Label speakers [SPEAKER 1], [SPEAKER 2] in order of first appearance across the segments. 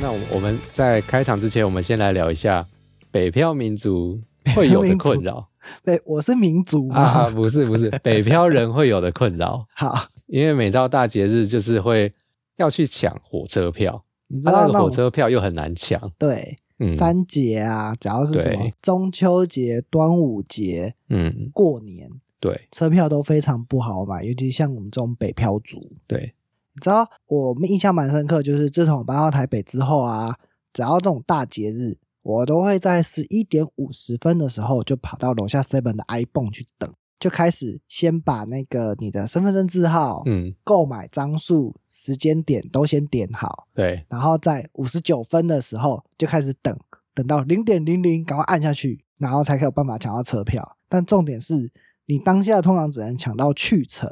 [SPEAKER 1] 那我们在开场之前，我们先来聊一下北漂民族会有的困扰
[SPEAKER 2] 对，我是民族嘛。
[SPEAKER 1] 啊，不是不是，北漂人会有的困扰，
[SPEAKER 2] 好，
[SPEAKER 1] 因为每到大节日就是会要去抢火车票，
[SPEAKER 2] 你知
[SPEAKER 1] 啊，那
[SPEAKER 2] 道
[SPEAKER 1] 个
[SPEAKER 2] 那
[SPEAKER 1] 火
[SPEAKER 2] 种
[SPEAKER 1] 车票又很难抢，
[SPEAKER 2] 对、
[SPEAKER 1] 嗯
[SPEAKER 2] 三节啊，只要是什么
[SPEAKER 1] 对
[SPEAKER 2] 中秋节、端午节、
[SPEAKER 1] 嗯，
[SPEAKER 2] 过年，
[SPEAKER 1] 对
[SPEAKER 2] 车票都非常不好买，尤其像我们这种北漂族。
[SPEAKER 1] 对，
[SPEAKER 2] 你知道我们印象蛮深刻，就是自从我搬到台北之后啊，只要这种大节日，我都会在十一点五十分的时候就跑到楼下 Seven 的 iPhone 去等，就开始先把那个你的身份证字号、
[SPEAKER 1] 嗯
[SPEAKER 2] 购买张数、时间点都先点好，
[SPEAKER 1] 对，
[SPEAKER 2] 然后在五十九分的时候就开始等，等到零点零零赶快按下去，然后才可以有办法抢到车票。但重点是你当下通常只能抢到去程，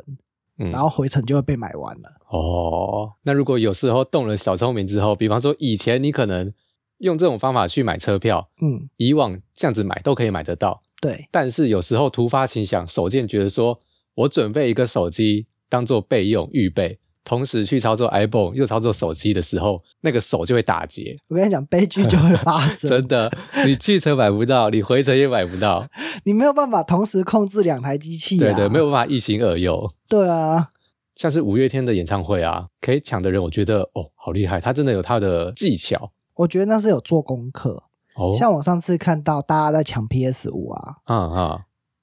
[SPEAKER 1] 嗯
[SPEAKER 2] 然后回程就会被买完了。
[SPEAKER 1] 哦，那如果有时候动了小聪明之后，比方说以前你可能用这种方法去买车票，
[SPEAKER 2] 嗯，
[SPEAKER 1] 以往这样子买都可以买得到，
[SPEAKER 2] 对。
[SPEAKER 1] 但是有时候突发奇想，手贱觉得说我准备一个手机当做备用预备，同时去操作 iPhone 又操作手机的时候，那个手就会打 结。
[SPEAKER 2] 我跟你讲，悲剧 就会发生。
[SPEAKER 1] 真的，你去程买不到，你回程也买不 到，
[SPEAKER 2] 你没有办法同时控制两台机器、啊。
[SPEAKER 1] 对对，没有办法一心二用。
[SPEAKER 2] 对啊，
[SPEAKER 1] 像是五月天的演唱会啊，可以抢的人，我觉得哦，好厉害，他真的有他的技巧
[SPEAKER 2] 我觉得那是有做功课。
[SPEAKER 1] 哦。
[SPEAKER 2] 像我上次看到大家在抢 PS 五啊，
[SPEAKER 1] 啊啊，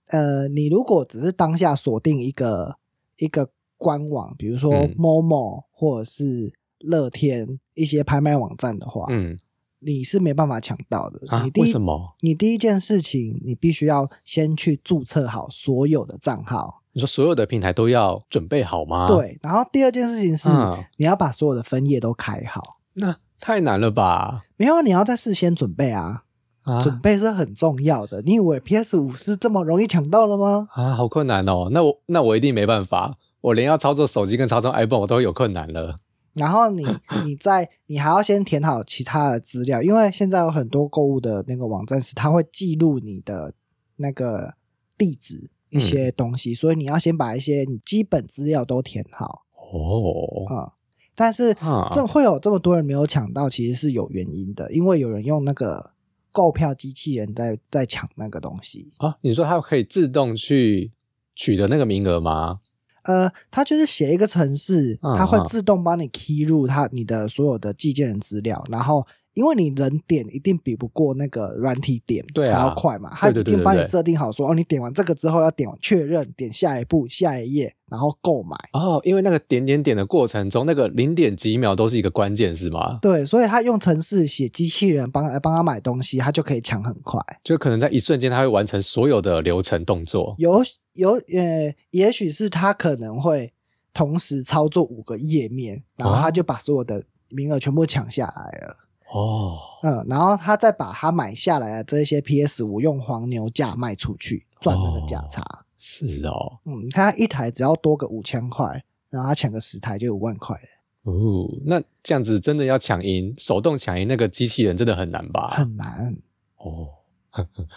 [SPEAKER 2] 呃，你如果只是当下锁定一个一个官网，比如说
[SPEAKER 1] 嗯
[SPEAKER 2] Momo 或者是乐天一些拍卖网站的话，
[SPEAKER 1] 嗯
[SPEAKER 2] 你是没办法抢到的。
[SPEAKER 1] 啊
[SPEAKER 2] 你，第
[SPEAKER 1] 为
[SPEAKER 2] 一
[SPEAKER 1] 什，么？
[SPEAKER 2] 你第一件事情，你必须要先去注册好所有的账号，
[SPEAKER 1] 你说所有的平台都要准备好吗？，
[SPEAKER 2] 对。然后第二件事情是，
[SPEAKER 1] 啊嗯
[SPEAKER 2] 你要把所有的分页都开好。
[SPEAKER 1] 那太难了吧？
[SPEAKER 2] 没有，你要在事先准备啊，
[SPEAKER 1] 啊
[SPEAKER 2] 准备是很重要的。你以为 PS 五是这么容易抢到了吗？
[SPEAKER 1] 啊，好困难哦。那我那我一定没办法，我连要操作手机跟操作 iPhone 我都有困难了。
[SPEAKER 2] 然后你你在你还要先填好其他的资料，因为现在有很多购物的那个网站是它会记录你的那个地址一些东西，所以你要先把一些你基本资料都填好
[SPEAKER 1] 哦，
[SPEAKER 2] 啊、嗯但是
[SPEAKER 1] 啊
[SPEAKER 2] 这会有这么多人没有抢到，其实是有原因的，因为有人用那个购票机器人在在抢那个东西。
[SPEAKER 1] 啊，你说它可以自动去取得那个名额吗？
[SPEAKER 2] 呃，它就是写一个程式，
[SPEAKER 1] 嗯
[SPEAKER 2] 它会
[SPEAKER 1] 嗯
[SPEAKER 2] 自动帮你 key 入它你的所有的寄件人资料，然后因为你人点一定比不过那个软体点，
[SPEAKER 1] 对啊
[SPEAKER 2] 还要快嘛，它
[SPEAKER 1] 对
[SPEAKER 2] 一
[SPEAKER 1] 对对
[SPEAKER 2] 定
[SPEAKER 1] 对
[SPEAKER 2] 帮你
[SPEAKER 1] 对
[SPEAKER 2] 设定好说，哦，你点完这个之后要点确认，点下一步下一页，然后购买。
[SPEAKER 1] 哦，因为那个点点点的过程中，那个零点几秒都是一个关键，是吗？
[SPEAKER 2] 对，所以他用程式写机器人帮呃帮他买东西，他就可以抢很快。
[SPEAKER 1] 就可能在一瞬间，它会完成所有的流程动作。
[SPEAKER 2] 有有呃，也许是他可能会同时操作五个页面，然后
[SPEAKER 1] 哦
[SPEAKER 2] 他就把所有的名额全部抢下来了。
[SPEAKER 1] 哦，
[SPEAKER 2] 嗯，然后他再把他买下来的这些 PS 五用黄牛价卖出去，赚那个价差。
[SPEAKER 1] 是哦，
[SPEAKER 2] 嗯，他一台只要多个五千块，然后他抢个十台就五万块了，
[SPEAKER 1] 哦，那这样子真的要抢赢，手动抢赢那个机器人真的很难吧？
[SPEAKER 2] 很难。
[SPEAKER 1] 哦，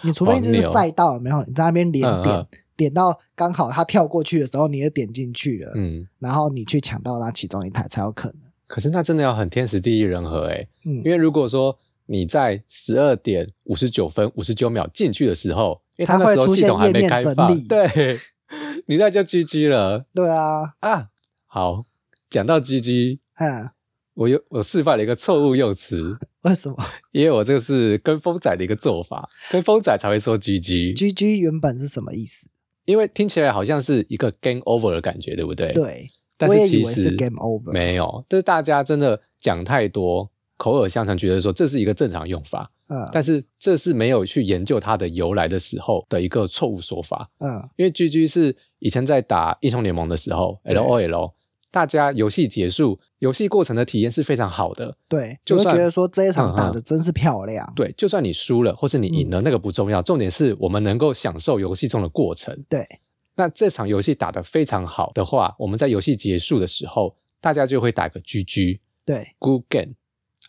[SPEAKER 2] 你除非就
[SPEAKER 1] 黄
[SPEAKER 2] 是
[SPEAKER 1] 牛
[SPEAKER 2] 赛道有没有，你在那边连
[SPEAKER 1] 嗯
[SPEAKER 2] 点、
[SPEAKER 1] 嗯
[SPEAKER 2] 点到刚好他跳过去的时候，你也点进去了，
[SPEAKER 1] 嗯，
[SPEAKER 2] 然后你去抢到那其中一台才有可能。
[SPEAKER 1] 可是那真的要很天时地利人和欸诶，
[SPEAKER 2] 嗯，
[SPEAKER 1] 因为如果说你在十二点五十九分五十九秒进去的时候，因为它
[SPEAKER 2] 它
[SPEAKER 1] 那时候
[SPEAKER 2] 会出
[SPEAKER 1] 系统还
[SPEAKER 2] 现
[SPEAKER 1] 没
[SPEAKER 2] 页面
[SPEAKER 1] 开
[SPEAKER 2] 整
[SPEAKER 1] 放
[SPEAKER 2] 理，
[SPEAKER 1] 对， 你那就 GG 了
[SPEAKER 2] 对啊，
[SPEAKER 1] 啊。好，讲到 GG，
[SPEAKER 2] 嗯，
[SPEAKER 1] 我有我示范了一个错误用词，
[SPEAKER 2] 为什么
[SPEAKER 1] 因为我这个是跟风仔的一个做法，跟风仔才会说 GG，
[SPEAKER 2] ？GG 原本是什么意思？
[SPEAKER 1] 因为听起来好像是一个 game over 的感觉，对不对？。
[SPEAKER 2] 对，
[SPEAKER 1] 但
[SPEAKER 2] 我
[SPEAKER 1] 是
[SPEAKER 2] 也
[SPEAKER 1] 其
[SPEAKER 2] 以为
[SPEAKER 1] 实
[SPEAKER 2] 是 game over
[SPEAKER 1] 没有，但是大家真的讲太多，口耳相传，觉得说这是一个正常用法，
[SPEAKER 2] 嗯
[SPEAKER 1] 但是这是没有去研究它的由来的时候的一个错误说法。
[SPEAKER 2] 嗯
[SPEAKER 1] 因为 GG 是以前在打英雄联盟的时候
[SPEAKER 2] 对
[SPEAKER 1] ，LOL，大家游戏结束，游戏过程的体验是非常好的。
[SPEAKER 2] 对，
[SPEAKER 1] 就
[SPEAKER 2] 就会觉
[SPEAKER 1] 算
[SPEAKER 2] 得说这一场打
[SPEAKER 1] 嗯嗯
[SPEAKER 2] 的真是漂亮。
[SPEAKER 1] 对，就算你输了或是你
[SPEAKER 2] 嗯
[SPEAKER 1] 赢了，那个不重要，重点是我们能够享受游戏中的过程。
[SPEAKER 2] 对，
[SPEAKER 1] 那这场游戏打得非常好的话，我们在游戏结束的时候，大家就会打个 GG。
[SPEAKER 2] 对，
[SPEAKER 1] Good game，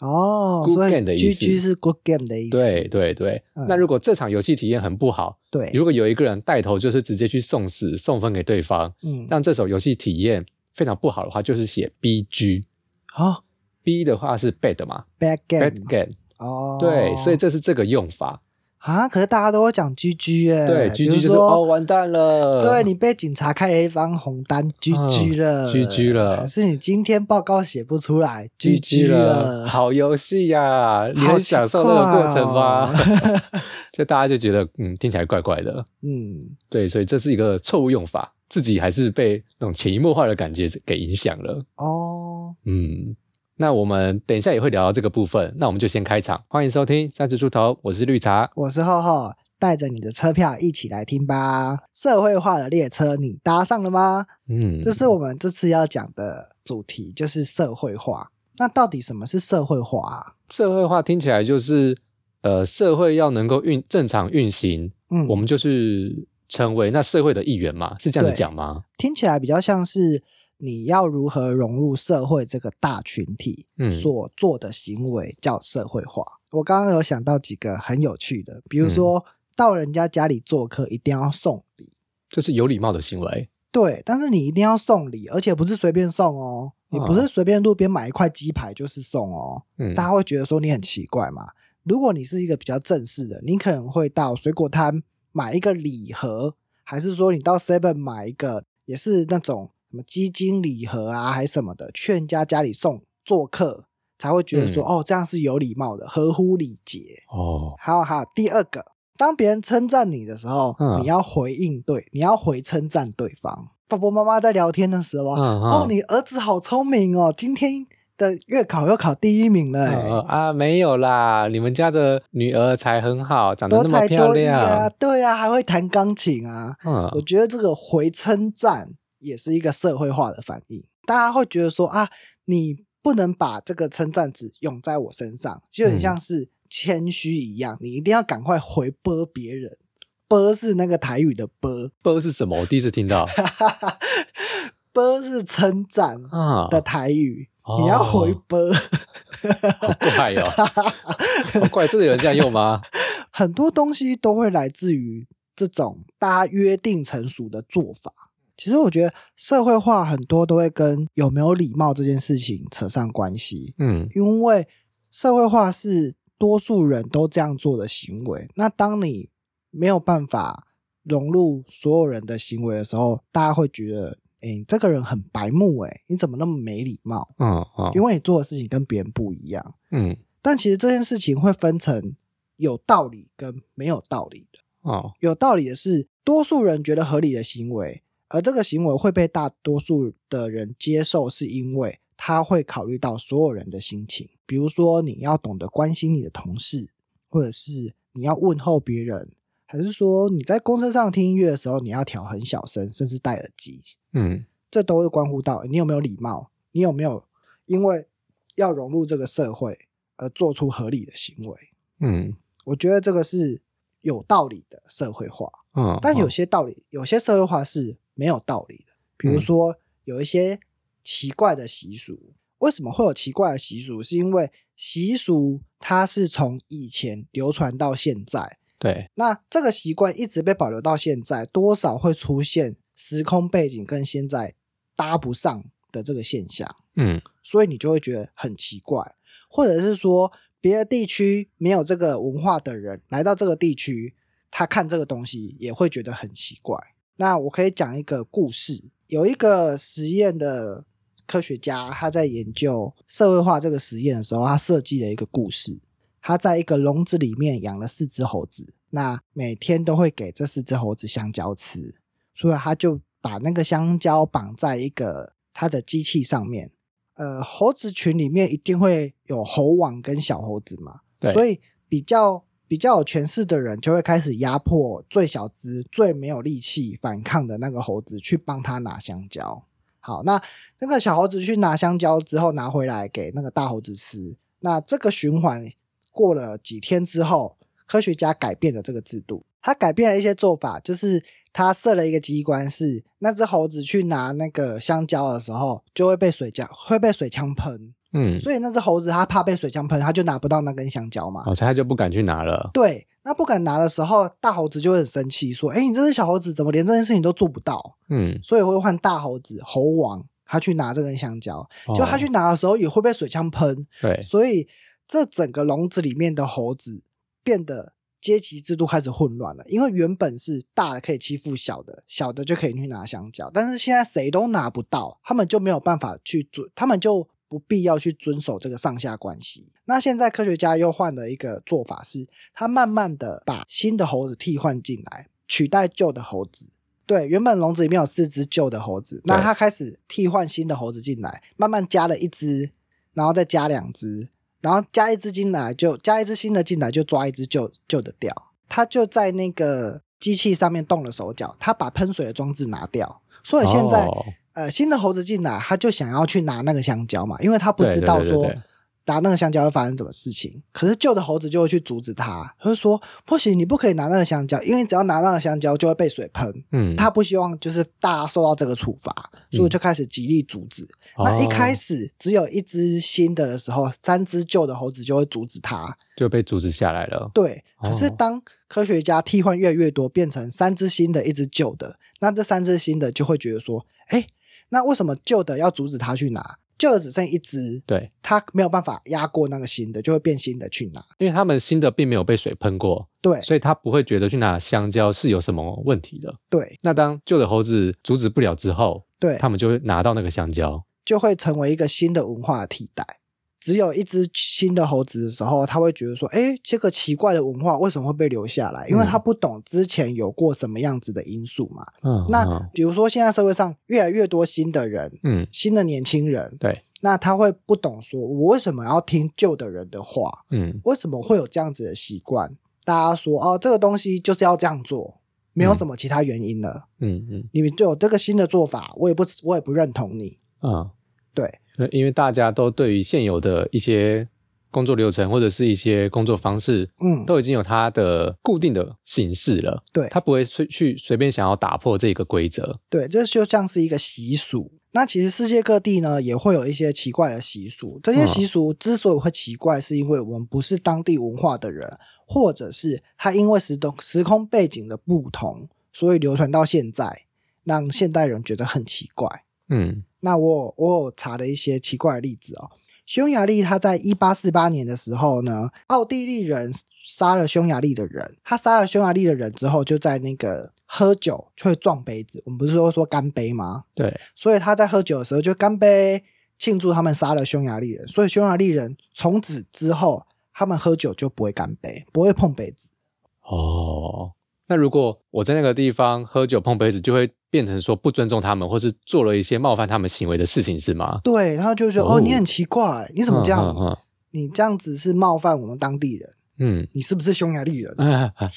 [SPEAKER 2] 哦
[SPEAKER 1] Good
[SPEAKER 2] 所以
[SPEAKER 1] game 的意思
[SPEAKER 2] GG 是 good game 的意思。
[SPEAKER 1] 对对对。
[SPEAKER 2] 嗯
[SPEAKER 1] 那如果这场游戏体验很不好，
[SPEAKER 2] 对，
[SPEAKER 1] 如果有一个人带头就是直接去送死送分给对方，
[SPEAKER 2] 嗯，
[SPEAKER 1] 让这手游戏体验非常不好的话，就是写 BG。
[SPEAKER 2] 好、
[SPEAKER 1] B 的话是 bad 嘛
[SPEAKER 2] 哦 bad
[SPEAKER 1] ，bad
[SPEAKER 2] game
[SPEAKER 1] gain，
[SPEAKER 2] 哦，
[SPEAKER 1] 对，所以这是这个用法。
[SPEAKER 2] 啊，可是大家都会讲 GG 哎、
[SPEAKER 1] 对
[SPEAKER 2] 比
[SPEAKER 1] ，GG
[SPEAKER 2] 如
[SPEAKER 1] 就是
[SPEAKER 2] 说
[SPEAKER 1] 哦，完蛋了。
[SPEAKER 2] 对你被警察开了一张红单，GG 了、
[SPEAKER 1] GG 嗯了
[SPEAKER 2] 可是你今天报告写不出来
[SPEAKER 1] GG
[SPEAKER 2] 了，
[SPEAKER 1] 好游戏呀，你
[SPEAKER 2] 好
[SPEAKER 1] 很
[SPEAKER 2] 奇
[SPEAKER 1] 享受那个过程吗
[SPEAKER 2] 怪哦？
[SPEAKER 1] 就大家就觉得嗯，听起来怪怪的。
[SPEAKER 2] 嗯，
[SPEAKER 1] 对，所以这是一个错误用法，自己还是被那种潜移默化的感觉给影响了。
[SPEAKER 2] 哦，
[SPEAKER 1] 嗯，那我们等一下也会聊到这个部分，那我们就先开场，欢迎收听三十出头，我是绿茶。
[SPEAKER 2] 我是浩浩，带着你的车票一起来听吧。社会化的列车，你搭上了吗？
[SPEAKER 1] 嗯，
[SPEAKER 2] 这是我们这次要讲的主题，就是社会化。那到底什么是社会化、啊？
[SPEAKER 1] 社会化听起来就是呃，社会要能够运正常运行，
[SPEAKER 2] 嗯，
[SPEAKER 1] 我们就是成为那社会的一员嘛，是这样子
[SPEAKER 2] 对
[SPEAKER 1] 讲吗？
[SPEAKER 2] 听起来比较像是你要如何融入社会这个大群体，
[SPEAKER 1] 嗯
[SPEAKER 2] 所做的行为叫社会化。我刚刚有想到几个很有趣的，比
[SPEAKER 1] 嗯
[SPEAKER 2] 如说、到人家家里做客一定要送礼，
[SPEAKER 1] 这是有礼貌的行为。
[SPEAKER 2] 对，但是你一定要送礼，而且不是随便送哦，你不是随便路边买一块鸡排就是送哦，
[SPEAKER 1] 嗯，
[SPEAKER 2] 大家会觉得说你很奇怪嘛。如果你是一个比较正式的，你可能会到水果摊买一个礼盒，还是说你到 Seven 买一个，也是那种什么基金礼盒啊，还是什么的，去人家家里送做客，才会觉得说、
[SPEAKER 1] 嗯
[SPEAKER 2] 哦，这样是有礼貌的，合乎礼节。
[SPEAKER 1] 哦，
[SPEAKER 2] 还有还有第二个，当别人称赞你的时候，
[SPEAKER 1] 嗯
[SPEAKER 2] 你要回应对，你要回称赞对方。爸爸妈妈在聊天的时候，
[SPEAKER 1] 嗯
[SPEAKER 2] 哦，
[SPEAKER 1] 嗯
[SPEAKER 2] 你儿子好聪明哦，今天的月考又考第一名了、
[SPEAKER 1] 嗯
[SPEAKER 2] 哎、
[SPEAKER 1] 嗯啊，没有啦，你们家的女儿才很好，长得
[SPEAKER 2] 多
[SPEAKER 1] 啊那么
[SPEAKER 2] 才
[SPEAKER 1] 漂
[SPEAKER 2] 多艺
[SPEAKER 1] 亮。
[SPEAKER 2] 啊，对啊，还会弹钢琴啊。
[SPEAKER 1] 嗯，
[SPEAKER 2] 我觉得这个回称赞也是一个社会化的反应，大家会觉得说啊，你不能把这个称赞只用在我身上，就很
[SPEAKER 1] 嗯
[SPEAKER 2] 像是谦虚一样，你一定要赶快回拨别人。拨是那个台语的拨，
[SPEAKER 1] 波是什么？我第一次听 到
[SPEAKER 2] 拨是称赞
[SPEAKER 1] 啊，
[SPEAKER 2] 的台语，
[SPEAKER 1] 哦
[SPEAKER 2] 你要回拨。
[SPEAKER 1] 好怪哦， 好哦怪，真的有人这样用吗？
[SPEAKER 2] 很多东西都会来自于这种大家约定成熟的做法。其实我觉得社会化很多都会跟有没有礼貌这件事情扯上关系，
[SPEAKER 1] 嗯
[SPEAKER 2] 因为社会化是多数人都这样做的行为。那当你没有办法融入所有人的行为的时候，大家会觉得，哎、你这个人很白目、诶哎，你怎么那么没礼貌？
[SPEAKER 1] 嗯嗯
[SPEAKER 2] 因为你做的事情跟别人不一样。
[SPEAKER 1] 嗯
[SPEAKER 2] 但其实这件事情会分成有道理跟没有道理的。
[SPEAKER 1] 哦
[SPEAKER 2] 有道理的是，多数人觉得合理的行为，而这个行为会被大多数的人接受，是因为他会考虑到所有人的心情。比如说，你要懂得关心你的同事，或者是你要问候别人，还是说你在公车上听音乐的时候，你要调很小声，甚至戴耳机。
[SPEAKER 1] 嗯
[SPEAKER 2] 这都会关乎到你有没有礼貌，你有没有因为要融入这个社会而做出合理的行为。
[SPEAKER 1] 嗯
[SPEAKER 2] 我觉得这个是有道理的社会化，
[SPEAKER 1] 嗯，
[SPEAKER 2] 但有
[SPEAKER 1] 嗯
[SPEAKER 2] 些道理，有些社会化是没有道理的。比如说有一些奇怪的习俗，为什么会有奇怪的习俗？是因为习俗它是从以前流传到现在，
[SPEAKER 1] 对，
[SPEAKER 2] 那这个习惯一直被保留到现在，多少会出现时空背景跟现在搭不上的这个现象，
[SPEAKER 1] 嗯
[SPEAKER 2] 所以你就会觉得很奇怪，或者是说别的地区没有这个文化的人来到这个地区，他看这个东西也会觉得很奇怪。那我可以讲一个故事，有一个实验的科学家，他在研究社会化这个实验的时候，他设计了一个故事。他在一个笼子里面养了四只猴子，那每天都会给这四只猴子香蕉吃，所以他就把那个香蕉绑在一个他的机器上面。呃，猴子群里面一定会有猴王跟小猴子嘛，
[SPEAKER 1] 对
[SPEAKER 2] 所以比较比较有权势的人就会开始压迫最小只、最没有力气反抗的那个猴子，去帮他拿香蕉。好，那那个小猴子去拿香蕉之后拿回来给那个大猴子吃，那这个循环过了几天之后，科学家改变了这个制度，他改变了一些做法，就是他设了一个机关是，那只猴子去拿那个香蕉的时候，就会被水枪会被水枪喷，
[SPEAKER 1] 嗯，
[SPEAKER 2] 所以那只猴子它怕被水枪喷，它就拿不到那根香蕉嘛。
[SPEAKER 1] 好哦像他就不敢去拿了。
[SPEAKER 2] 对，那不敢拿的时候，大猴子就会很生气，说：“哎，你这只小猴子怎么连这件事情都做不到？”
[SPEAKER 1] 嗯
[SPEAKER 2] 所以会换大猴子、猴王他去拿这根香蕉，
[SPEAKER 1] 哦
[SPEAKER 2] 就他去拿的时候也会被水枪喷，
[SPEAKER 1] 对
[SPEAKER 2] 所以这整个笼子里面的猴子变得阶级制度开始混乱了，因为原本是大的可以欺负小的，小的就可以去拿香蕉，但是现在谁都拿不到，他们就没有办法去遵，他们就不必要去遵守这个上下关系。那现在科学家又换了一个做法是，他慢慢的把新的猴子替换进来，取代旧的猴子。对，原本笼子里面有四只旧的猴子，那
[SPEAKER 1] 对
[SPEAKER 2] 他开始替换新的猴子进来，慢慢加了一只，然后再加两只，然后加一只进来就加一只新的进来就抓一只旧旧的掉。他就在那个机器上面动了手脚，他把喷水的装置拿掉，所以现在、
[SPEAKER 1] 哦
[SPEAKER 2] 呃新的猴子进来，他就想要去拿那个香蕉嘛，因为他不
[SPEAKER 1] 对
[SPEAKER 2] 知
[SPEAKER 1] 对
[SPEAKER 2] 道
[SPEAKER 1] 对对
[SPEAKER 2] 说
[SPEAKER 1] 对
[SPEAKER 2] 拿那个香蕉会发生什么事情。可是旧的猴子就会去阻止他，他就说不行，你不可以拿那个香蕉，因为只要拿那个香蕉就会被水喷。
[SPEAKER 1] 嗯，
[SPEAKER 2] 他不希望就是大家受到这个处罚，所以就开始极力阻止。那一开
[SPEAKER 1] 始
[SPEAKER 2] 始只有一只新的的时候，三只旧的猴子就会阻止他。
[SPEAKER 1] 就被阻止下来了。
[SPEAKER 2] 对，可是
[SPEAKER 1] 哦
[SPEAKER 2] 当科学家替换越来越多，变成三只新的，一只旧的，那这三只新的就会觉得说，哎，那为什么旧的要阻止他去拿？旧的只剩一只，
[SPEAKER 1] 对，
[SPEAKER 2] 他没有办法压过那个新的，就会变新的去拿。
[SPEAKER 1] 因为他们新的并没有被水喷过，
[SPEAKER 2] 对
[SPEAKER 1] 所以他不会觉得去拿香蕉是有什么问题的。
[SPEAKER 2] 对
[SPEAKER 1] 那当旧的猴子阻止不了之后，
[SPEAKER 2] 对，
[SPEAKER 1] 他们就会拿到那个香蕉。
[SPEAKER 2] 就会成为一个新的文化的替代。只有一只新的猴子的时候，他会觉得说：“哎，这个奇怪的文化为什么会被留下来？因为
[SPEAKER 1] 嗯
[SPEAKER 2] 他不懂之前有过什么样子的因素嘛。
[SPEAKER 1] 嗯，
[SPEAKER 2] 那
[SPEAKER 1] 嗯
[SPEAKER 2] 比如说，现在社会上越来越多新的人，
[SPEAKER 1] 嗯
[SPEAKER 2] 新的年轻人，
[SPEAKER 1] 对，
[SPEAKER 2] 那他会不懂说，我为什么要听旧的人的话？
[SPEAKER 1] 嗯，
[SPEAKER 2] 为什么会有这样子的习惯？大家说哦，这个东西就是要这样做，没有
[SPEAKER 1] 嗯
[SPEAKER 2] 什么其他原因了。
[SPEAKER 1] 嗯嗯
[SPEAKER 2] 你们就有这个新的做法，我也不我也不认同你。
[SPEAKER 1] 嗯，
[SPEAKER 2] 对
[SPEAKER 1] 对因为大家都对于现有的一些工作流程或者是一些工作方式，
[SPEAKER 2] 嗯，
[SPEAKER 1] 都已经有它的固定的形式了。
[SPEAKER 2] 对
[SPEAKER 1] 他不会去去随便想要打破这个规则。
[SPEAKER 2] 对，这就像是一个习俗。那其实世界各地呢也会有一些奇怪的习俗，这些
[SPEAKER 1] 嗯
[SPEAKER 2] 习俗之所以会奇怪，是因为我们不是当地文化的人，或者是它因为时空时空背景的不同，所以流传到现在，让现代人觉得很奇怪。
[SPEAKER 1] 嗯
[SPEAKER 2] 那我有我有查了一些奇怪的例子哦。匈牙利，他在一八四八年的时候呢，奥地利人杀了匈牙利的人。他杀了匈牙利的人之后，就在那个喝酒就会撞杯子。我们不是说说干杯吗？
[SPEAKER 1] 对，
[SPEAKER 2] 所以他在喝酒的时候就干杯庆祝他们杀了匈牙利人。所以匈牙利人从此之后，他们喝酒就不会干杯，不会碰杯子。
[SPEAKER 1] 哦。那如果我在那个地方喝酒碰杯子，就会变成说不尊重他们，或是做了一些冒犯他们行为的事情，是吗？
[SPEAKER 2] 对，他就觉得哦
[SPEAKER 1] 哦
[SPEAKER 2] 你很奇怪，你怎么这样？
[SPEAKER 1] 嗯
[SPEAKER 2] 你这样子是冒犯我们当地人，
[SPEAKER 1] 嗯
[SPEAKER 2] 你是不是匈牙利人？
[SPEAKER 1] 嗯， 啊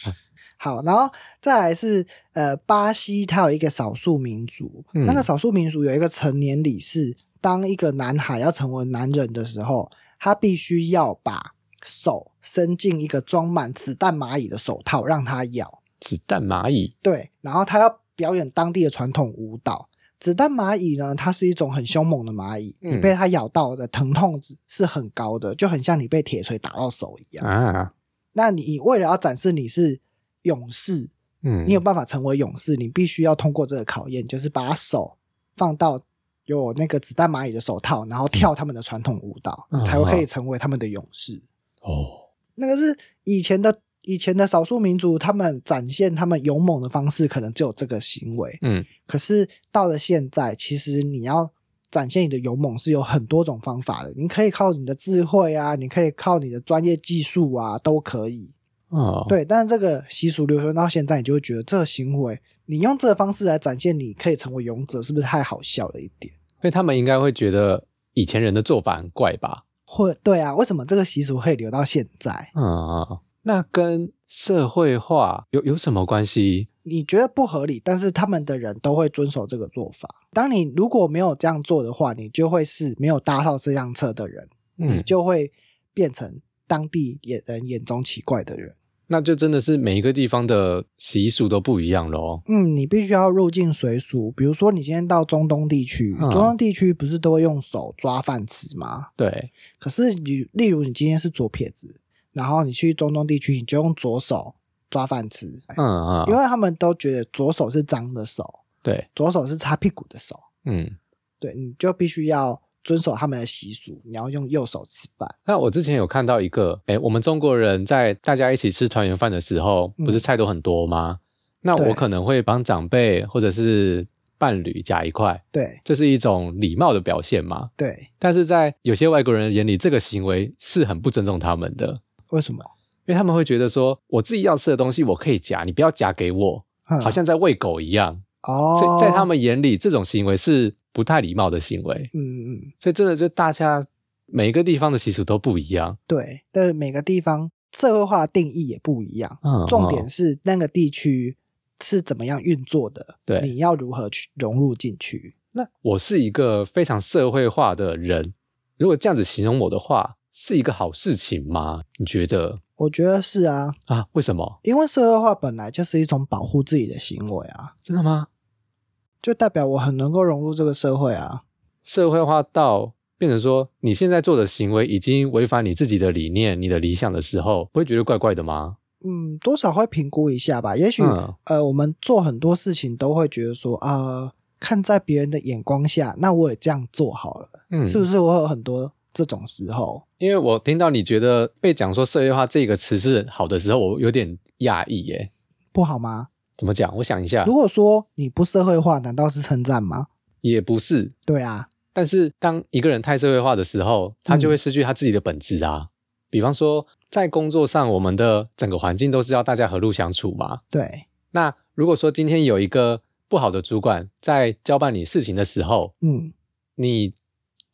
[SPEAKER 2] 好，然后再来是呃，巴西它有一个少数民族，
[SPEAKER 1] 嗯
[SPEAKER 2] 那个少数民族有一个成年礼是，当一个男孩要成为男人的时候，他必须要把手伸进一个装满子弹蚂蚁的手套，让他咬。
[SPEAKER 1] 子弹蚂蚁，
[SPEAKER 2] 对，然后他要表演当地的传统舞蹈。子弹蚂蚁呢，它是一种很凶猛的蚂蚁，
[SPEAKER 1] 嗯
[SPEAKER 2] 你被它咬到的疼痛是很高的，就很像你被铁锤打到手一样。
[SPEAKER 1] 啊，
[SPEAKER 2] 那你为了要展示你是勇士，
[SPEAKER 1] 嗯，
[SPEAKER 2] 你有办法成为勇士，你必须要通过这个考验，就是把手放到有那个子弹蚂蚁的手套，然后跳他们的传统舞蹈，
[SPEAKER 1] 嗯
[SPEAKER 2] 才会可以成为他们的勇士。
[SPEAKER 1] 哦，
[SPEAKER 2] 那个是以前的以前的少数民族，他们展现他们勇猛的方式，可能只有这个行为。
[SPEAKER 1] 嗯
[SPEAKER 2] 可是到了现在，其实你要展现你的勇猛是有很多种方法的，你可以靠你的智慧啊，你可以靠你的专业技术啊，都可以。
[SPEAKER 1] 哦，，
[SPEAKER 2] 对，但是这个习俗流传到现在，你就会觉得这个行为，你用这个方式来展现你可以成为勇者，是不是太好笑了一点？
[SPEAKER 1] 所以他们应该会觉得以前人的做法很怪吧？
[SPEAKER 2] 或对啊，为什么这个习俗会留到现在？
[SPEAKER 1] 嗯嗯，嗯那跟社会化有有什么关系？
[SPEAKER 2] 你觉得不合理，但是他们的人都会遵守这个做法。当你如果没有这样做的话，你就会是没有搭上这辆车的人，你
[SPEAKER 1] 嗯，
[SPEAKER 2] 就会变成当地眼人眼中奇怪的人。
[SPEAKER 1] 那就真的是每一个地方的习俗都不一样咯。
[SPEAKER 2] 嗯，你必须要入境随俗。比如说，你今天到中东地区，
[SPEAKER 1] 嗯
[SPEAKER 2] 中东地区不是都会用手抓饭吃吗？
[SPEAKER 1] 对，
[SPEAKER 2] 可是你例如你今天是左撇子，然后你去中东地区，你就用左手抓饭吃，
[SPEAKER 1] 嗯嗯，
[SPEAKER 2] 因为他们都觉得左手是脏的手，
[SPEAKER 1] 对，
[SPEAKER 2] 左手是擦屁股的手，
[SPEAKER 1] 嗯
[SPEAKER 2] 对，你就必须要遵守他们的习俗，你要用右手吃饭。
[SPEAKER 1] 那我之前有看到一个，哎，我们中国人在大家一起吃团圆饭的时候，
[SPEAKER 2] 嗯
[SPEAKER 1] 不是菜都很多吗？那
[SPEAKER 2] 对
[SPEAKER 1] 我可能会帮长辈或者是伴侣夹一块，
[SPEAKER 2] 对
[SPEAKER 1] 这是一种礼貌的表现嘛。
[SPEAKER 2] 对，
[SPEAKER 1] 但是在有些外国人眼里，这个行为是很不尊重他们的，
[SPEAKER 2] 为什么？
[SPEAKER 1] 因为他们会觉得说，我自己要吃的东西我可以夹，你不要夹给我，
[SPEAKER 2] 嗯
[SPEAKER 1] 好像在喂狗一样。
[SPEAKER 2] 哦，
[SPEAKER 1] 所以在他们眼里，这种行为是不太礼貌的行为。
[SPEAKER 2] 嗯嗯，
[SPEAKER 1] 所以真的就大家每一个地方的习俗都不一样。
[SPEAKER 2] 对，但是每个地方社会化的定义也不一样。
[SPEAKER 1] 嗯，
[SPEAKER 2] 重
[SPEAKER 1] 哦
[SPEAKER 2] 点是那个地区是怎么样运作的，
[SPEAKER 1] 对
[SPEAKER 2] 你要如何去融入进去？
[SPEAKER 1] 那我是一个非常社会化的人，如果这样子形容我的话，是一个好事情吗？你觉得
[SPEAKER 2] 我觉得是啊，
[SPEAKER 1] 啊？为什么？
[SPEAKER 2] 因为社会化本来就是一种保护自己的行为啊，
[SPEAKER 1] 真的吗？
[SPEAKER 2] 就代表我很能够融入这个社会啊。
[SPEAKER 1] 社会化到变成说你现在做的行为已经违反你自己的理念、你的理想的时候，不会觉得怪怪的吗？
[SPEAKER 2] 嗯，多少会评估一下吧。也许、
[SPEAKER 1] 嗯
[SPEAKER 2] 呃，我们做很多事情都会觉得说，呃，看在别人的眼光下，那我也这样做好了，
[SPEAKER 1] 嗯，
[SPEAKER 2] 是不是？我有很多这种时候，
[SPEAKER 1] 因为我听到你觉得被讲说社会化这个词是好的时候，我有点讶异耶。
[SPEAKER 2] 不好吗？
[SPEAKER 1] 怎么讲？我想一下
[SPEAKER 2] 如，果说你不社会化，难道是称赞吗？
[SPEAKER 1] 也不是。
[SPEAKER 2] 对啊，
[SPEAKER 1] 但是当一个人太社会化的时候，他就会失去他自己的本质啊。比方说，在工作上，我们的整个环境都是要大家和睦相处嘛。
[SPEAKER 2] 对，
[SPEAKER 1] 那如果说今天有一个不好的主管在交办你事情的时候，
[SPEAKER 2] 嗯，
[SPEAKER 1] 你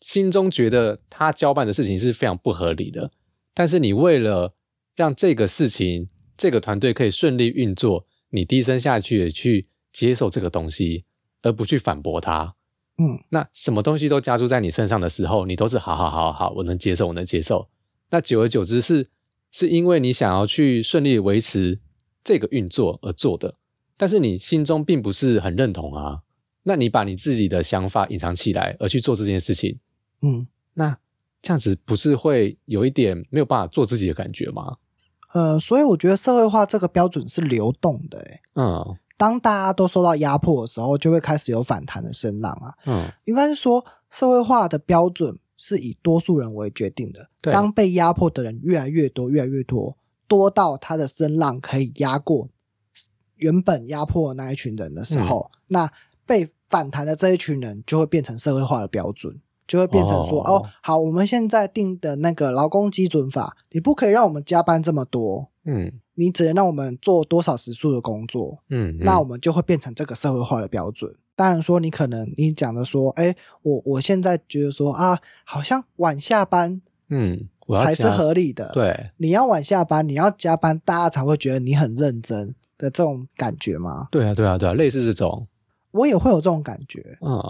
[SPEAKER 1] 心中觉得他交办的事情是非常不合理的，但是你为了让这个事情、这个团队可以顺利运作，你低声下气的去接受这个东西，而不去反驳他。
[SPEAKER 2] 嗯，
[SPEAKER 1] 那什么东西都加注在你身上的时候，你都是好好好好，我能接受，我能接受。那久而久之是是因为你想要去顺利维持这个运作而做的，但是你心中并不是很认同啊。那你把你自己的想法隐藏起来，而去做这件事情，
[SPEAKER 2] 嗯，
[SPEAKER 1] 那这样子不是会有一点没有办法做自己的感觉吗？
[SPEAKER 2] 呃，所以我觉得社会化这个标准是流动的、欸，
[SPEAKER 1] 嗯
[SPEAKER 2] 当大家都受到压迫的时候，就会开始有反弹的声浪啊。
[SPEAKER 1] 嗯，
[SPEAKER 2] 应该是说，社会化的标准是以多数人为决定的。
[SPEAKER 1] 对
[SPEAKER 2] 当被压迫的人越来越多，越来越多，多到他的声浪可以压过原本压迫的那一群人的
[SPEAKER 1] 嗯
[SPEAKER 2] 时候，那被反弹的这一群人就会变成社会化的标准。就会变成说
[SPEAKER 1] 哦
[SPEAKER 2] 哦好，我们现在定的那个劳工基准法，你不可以让我们加班这么多，
[SPEAKER 1] 嗯
[SPEAKER 2] 你只能让我们做多少时数的工作，
[SPEAKER 1] 嗯，
[SPEAKER 2] 那我
[SPEAKER 1] 嗯
[SPEAKER 2] 们就会变成这个社会化的标准。当然说，你可能你讲的说，哎，我我现在觉得说啊，好像晚下班
[SPEAKER 1] 嗯，我要
[SPEAKER 2] 才是
[SPEAKER 1] 加
[SPEAKER 2] 合理的。，
[SPEAKER 1] 对
[SPEAKER 2] 你要晚下班，你要加班，大家才会觉得你很认真的这种感觉吗？
[SPEAKER 1] 对啊对啊对啊，类似这种，
[SPEAKER 2] 我也会有这种感觉，
[SPEAKER 1] 嗯，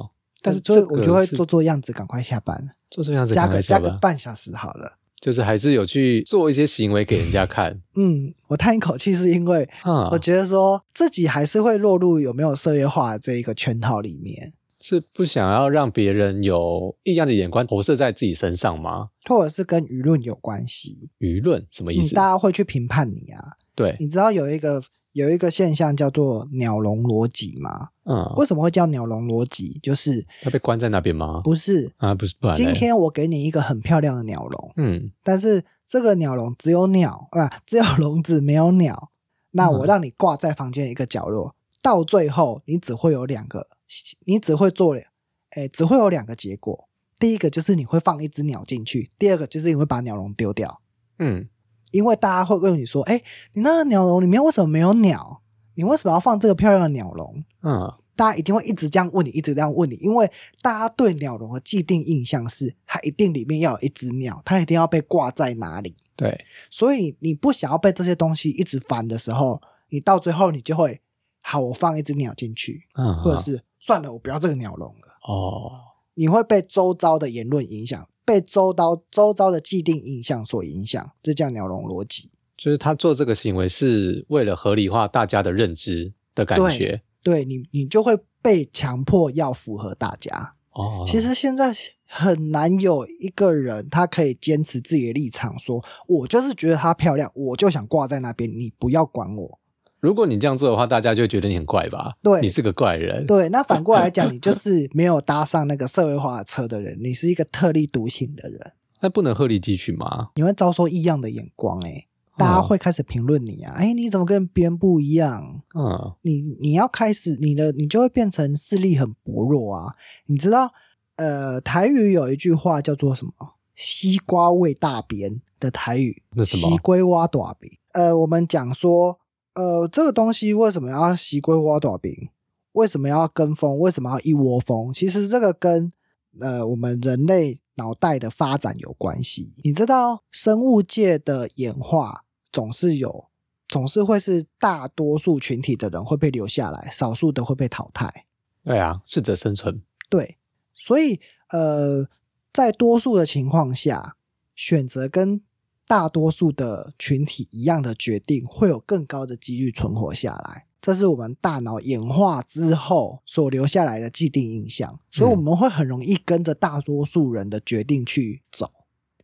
[SPEAKER 1] 但是
[SPEAKER 2] 所以
[SPEAKER 1] 这
[SPEAKER 2] 我
[SPEAKER 1] 个
[SPEAKER 2] 就会
[SPEAKER 1] 是
[SPEAKER 2] 做做样子，赶快下班，
[SPEAKER 1] 做这样子
[SPEAKER 2] 加
[SPEAKER 1] 看看
[SPEAKER 2] 个
[SPEAKER 1] 下
[SPEAKER 2] 加
[SPEAKER 1] 吧，
[SPEAKER 2] 个半小时好了。
[SPEAKER 1] 就是还是有去做一些行为给人家看
[SPEAKER 2] 嗯，我叹一口气是因为
[SPEAKER 1] 啊
[SPEAKER 2] 我，觉得说自己还是会落入有没有社会化的这一个圈套里面。
[SPEAKER 1] 是不想要让别人有异样的眼光投射在自己身上吗？
[SPEAKER 2] 或者是跟舆论有关系，
[SPEAKER 1] 舆论什么意
[SPEAKER 2] 嗯，
[SPEAKER 1] 思？
[SPEAKER 2] 大家会去评判你啊，
[SPEAKER 1] 对，
[SPEAKER 2] 你知道有一个有一个现象叫做鸟笼逻辑吗？
[SPEAKER 1] 嗯，
[SPEAKER 2] 为什么会叫鸟笼逻辑？就是
[SPEAKER 1] 他被关在那边吗？
[SPEAKER 2] 不是
[SPEAKER 1] 啊，不是，不然嘞
[SPEAKER 2] 今天我给你一个很漂亮的鸟笼，
[SPEAKER 1] 嗯
[SPEAKER 2] 但是这个鸟笼只有鸟啊，只有笼子没有鸟，那我
[SPEAKER 1] 嗯
[SPEAKER 2] 让你挂在房间一个角落，到最后你只会有两个，你只会做，哎，只会有两个结果。第一个就是你会放一只鸟进去，第二个就是你会把鸟笼丢掉。
[SPEAKER 1] 嗯
[SPEAKER 2] 因为大家会问你说：“哎、你那个鸟笼里面为什么没有鸟？你为什么要放这个漂亮的鸟笼
[SPEAKER 1] 嗯，？”
[SPEAKER 2] 大家一定会一直这样问你，一直这样问你，因为大家对鸟笼的既定印象是，它一定里面要有一只鸟，它一定要被挂在哪里。
[SPEAKER 1] 对，
[SPEAKER 2] 所以你不想要被这些东西一直烦的时候，你到最后你就会，好，我放一只鸟进去，
[SPEAKER 1] 嗯，
[SPEAKER 2] 或者是算了，我不要这个鸟笼了。
[SPEAKER 1] 哦，
[SPEAKER 2] 你会被周遭的言论影响，被周遭周遭的既定印象所影响，这叫鸟笼逻辑。
[SPEAKER 1] 就是他做这个行为是为了合理化大家的认知的感觉
[SPEAKER 2] 对你，你就会被强迫要符合大家。
[SPEAKER 1] 哦。
[SPEAKER 2] 其实现在很难有一个人他可以坚持自己的立场说，我就是觉得她漂亮，我就想挂在那边，你不要管我。
[SPEAKER 1] 如果你这样做的话，大家就会觉得你很怪吧？
[SPEAKER 2] 对
[SPEAKER 1] 你是个怪人。
[SPEAKER 2] 对，那反过来讲，你就是没有搭上那个社会化的车的人，你是一个特立独行的人，
[SPEAKER 1] 那不能鹤立鸡群吗？
[SPEAKER 2] 你会遭受异样的眼光、欸。哎，大家会开始评论你啊，哎、你怎么跟别人不一样？
[SPEAKER 1] 嗯，
[SPEAKER 2] 你你要开始你的，你就会变成视力很薄弱啊。你知道，呃，台语有一句话叫做什么？西瓜喂大便的台语，
[SPEAKER 1] 那什么
[SPEAKER 2] 西龟挖大饼。呃，我们讲说，呃，这个东西为什么要西龟挖大饼？为什么要跟风？为什么要一窝蜂？其实这个跟呃我们人类脑袋的发展有关系。你知道，生物界的演化总是有，总是会是大多数群体的人会被留下来，少数的会被淘汰。
[SPEAKER 1] 对啊，适者生存。
[SPEAKER 2] 对，所以呃，在多数的情况下，选择跟大多数的群体一样的决定，会有更高的几率存活下来。这是我们大脑演化之后所留下来的既定印象，所以我们会很容易跟着大多数人的决定去走。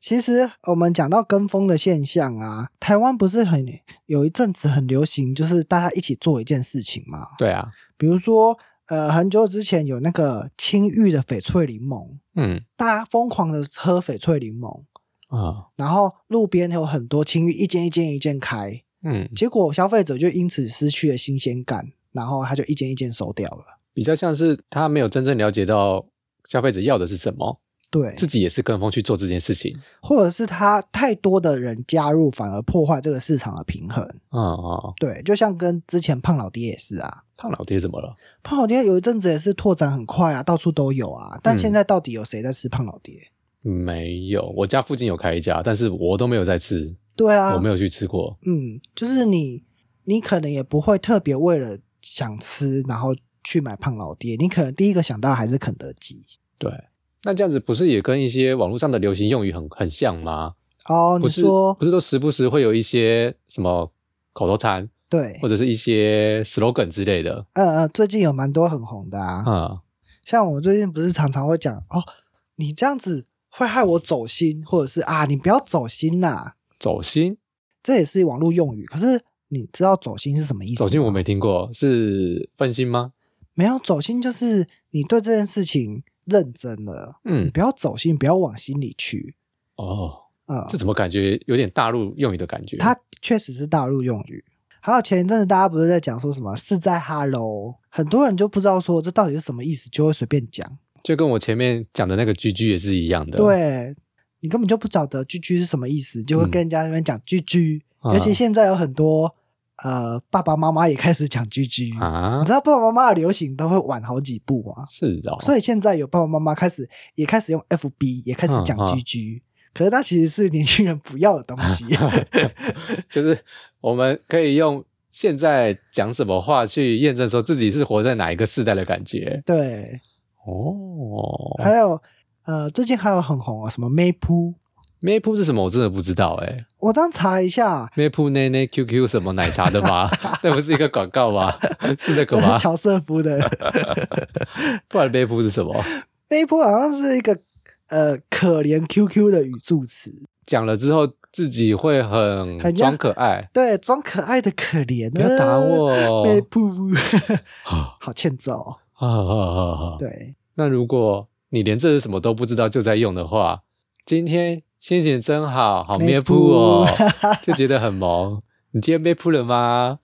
[SPEAKER 2] 其实我们讲到跟风的现象啊，台湾不是很有一阵子很流行，就是大家一起做一件事情嘛，
[SPEAKER 1] 对啊，
[SPEAKER 2] 比如说，呃，很久之前有那个青玉的翡翠柠檬，
[SPEAKER 1] 嗯
[SPEAKER 2] 大家疯狂的喝翡翠柠檬，
[SPEAKER 1] 啊，
[SPEAKER 2] 然后路边有很多青玉，一间一间一间开，
[SPEAKER 1] 嗯，
[SPEAKER 2] 结果消费者就因此失去了新鲜感，然后他就一间一间收掉了。
[SPEAKER 1] 比较像是他没有真正了解到消费者要的是什么，
[SPEAKER 2] 对，
[SPEAKER 1] 自己也是跟风去做这件事情。
[SPEAKER 2] 或者是他太多的人加入，反而破坏这个市场的平衡。
[SPEAKER 1] 嗯嗯，
[SPEAKER 2] 对，就像跟之前胖老爹也是啊，
[SPEAKER 1] 胖老爹怎么了？
[SPEAKER 2] 胖老爹有一阵子也是拓展很快啊，到处都有啊，但
[SPEAKER 1] 嗯
[SPEAKER 2] 现在到底有谁在吃胖老爹？
[SPEAKER 1] 没有，我家附近有开一家，但是我都没有在吃，
[SPEAKER 2] 对啊，
[SPEAKER 1] 我没有去吃过。
[SPEAKER 2] 嗯，就是你，你可能也不会特别为了想吃，然后去买胖老爹，你可能第一个想到还是肯德基。
[SPEAKER 1] 对，那这样子不是也跟一些网络上的流行用语很很像吗？
[SPEAKER 2] 哦，
[SPEAKER 1] 不
[SPEAKER 2] 你
[SPEAKER 1] 是
[SPEAKER 2] 说
[SPEAKER 1] 不是都时不时会有一些什么口头禅
[SPEAKER 2] 对
[SPEAKER 1] 或，者是一些 slogan 之类的
[SPEAKER 2] 呃呃，最近有蛮多很红的啊，
[SPEAKER 1] 啊、
[SPEAKER 2] 像我最近不是常常会讲哦，你这样子会害我走心，或者是啊，你不要走心呐、
[SPEAKER 1] 走心，
[SPEAKER 2] 这也是网络用语。可是你知道走心是什么意思吗？
[SPEAKER 1] 走心我没听过，是分心吗？
[SPEAKER 2] 没有走心，就是你对这件事情认真了，
[SPEAKER 1] 嗯，
[SPEAKER 2] 不要走心，不要往心里去。
[SPEAKER 1] 哦，
[SPEAKER 2] 呃，
[SPEAKER 1] 这怎么感觉有点大陆用语的感觉？
[SPEAKER 2] 它确实是大陆用语。还有前一阵子大家不是在讲说什么是在哈喽，很多人就不知道说这到底是什么意思，就会随便讲。
[SPEAKER 1] 就跟我前面讲的那个 GG 也是一样的。，
[SPEAKER 2] 对你根本就不晓得“居居”是什么意思，就会跟人家那边讲“居居”，
[SPEAKER 1] 嗯啊
[SPEAKER 2] 尤其现在有很多呃爸爸妈妈也开始讲“居居”，
[SPEAKER 1] 啊
[SPEAKER 2] 你，知道爸爸妈妈的流行都会晚好几步啊，
[SPEAKER 1] 是的、哦，
[SPEAKER 2] 所以现在有爸爸妈妈开始也开始用 FB，也开始讲
[SPEAKER 1] 嗯嗯
[SPEAKER 2] “居居”，可是它其实是年轻人不要的东 西。
[SPEAKER 1] 就是我们可以用现在讲什么话去验证说自己是活在哪一个世代的感觉。
[SPEAKER 2] 对，
[SPEAKER 1] 哦
[SPEAKER 2] 还有呃，最近还有很红啊，什么 Maple，
[SPEAKER 1] ，Maple 是什么？我真的不知道哎、
[SPEAKER 2] 我刚查了一下，？
[SPEAKER 1] Maple 奶奶 QQ 什么奶茶的吗？那不是一个广告吗？是那个吗
[SPEAKER 2] 乔瑟夫的
[SPEAKER 1] 不然 Maple 是什么？
[SPEAKER 2] Maple 好像是一个呃可怜 QQ 的语助词，
[SPEAKER 1] 讲了之后自己会很
[SPEAKER 2] 很像
[SPEAKER 1] 装可爱。
[SPEAKER 2] 对，装可爱的可怜，
[SPEAKER 1] 不要打我
[SPEAKER 2] Maple，
[SPEAKER 1] 啊
[SPEAKER 2] 好欠揍哦，
[SPEAKER 1] 啊啊啊！
[SPEAKER 2] 对，
[SPEAKER 1] 那如果你连这是什么都不知道就在用的话，今天心情真好，好咩扑哦， 就觉得很萌。你今天咩扑了吗？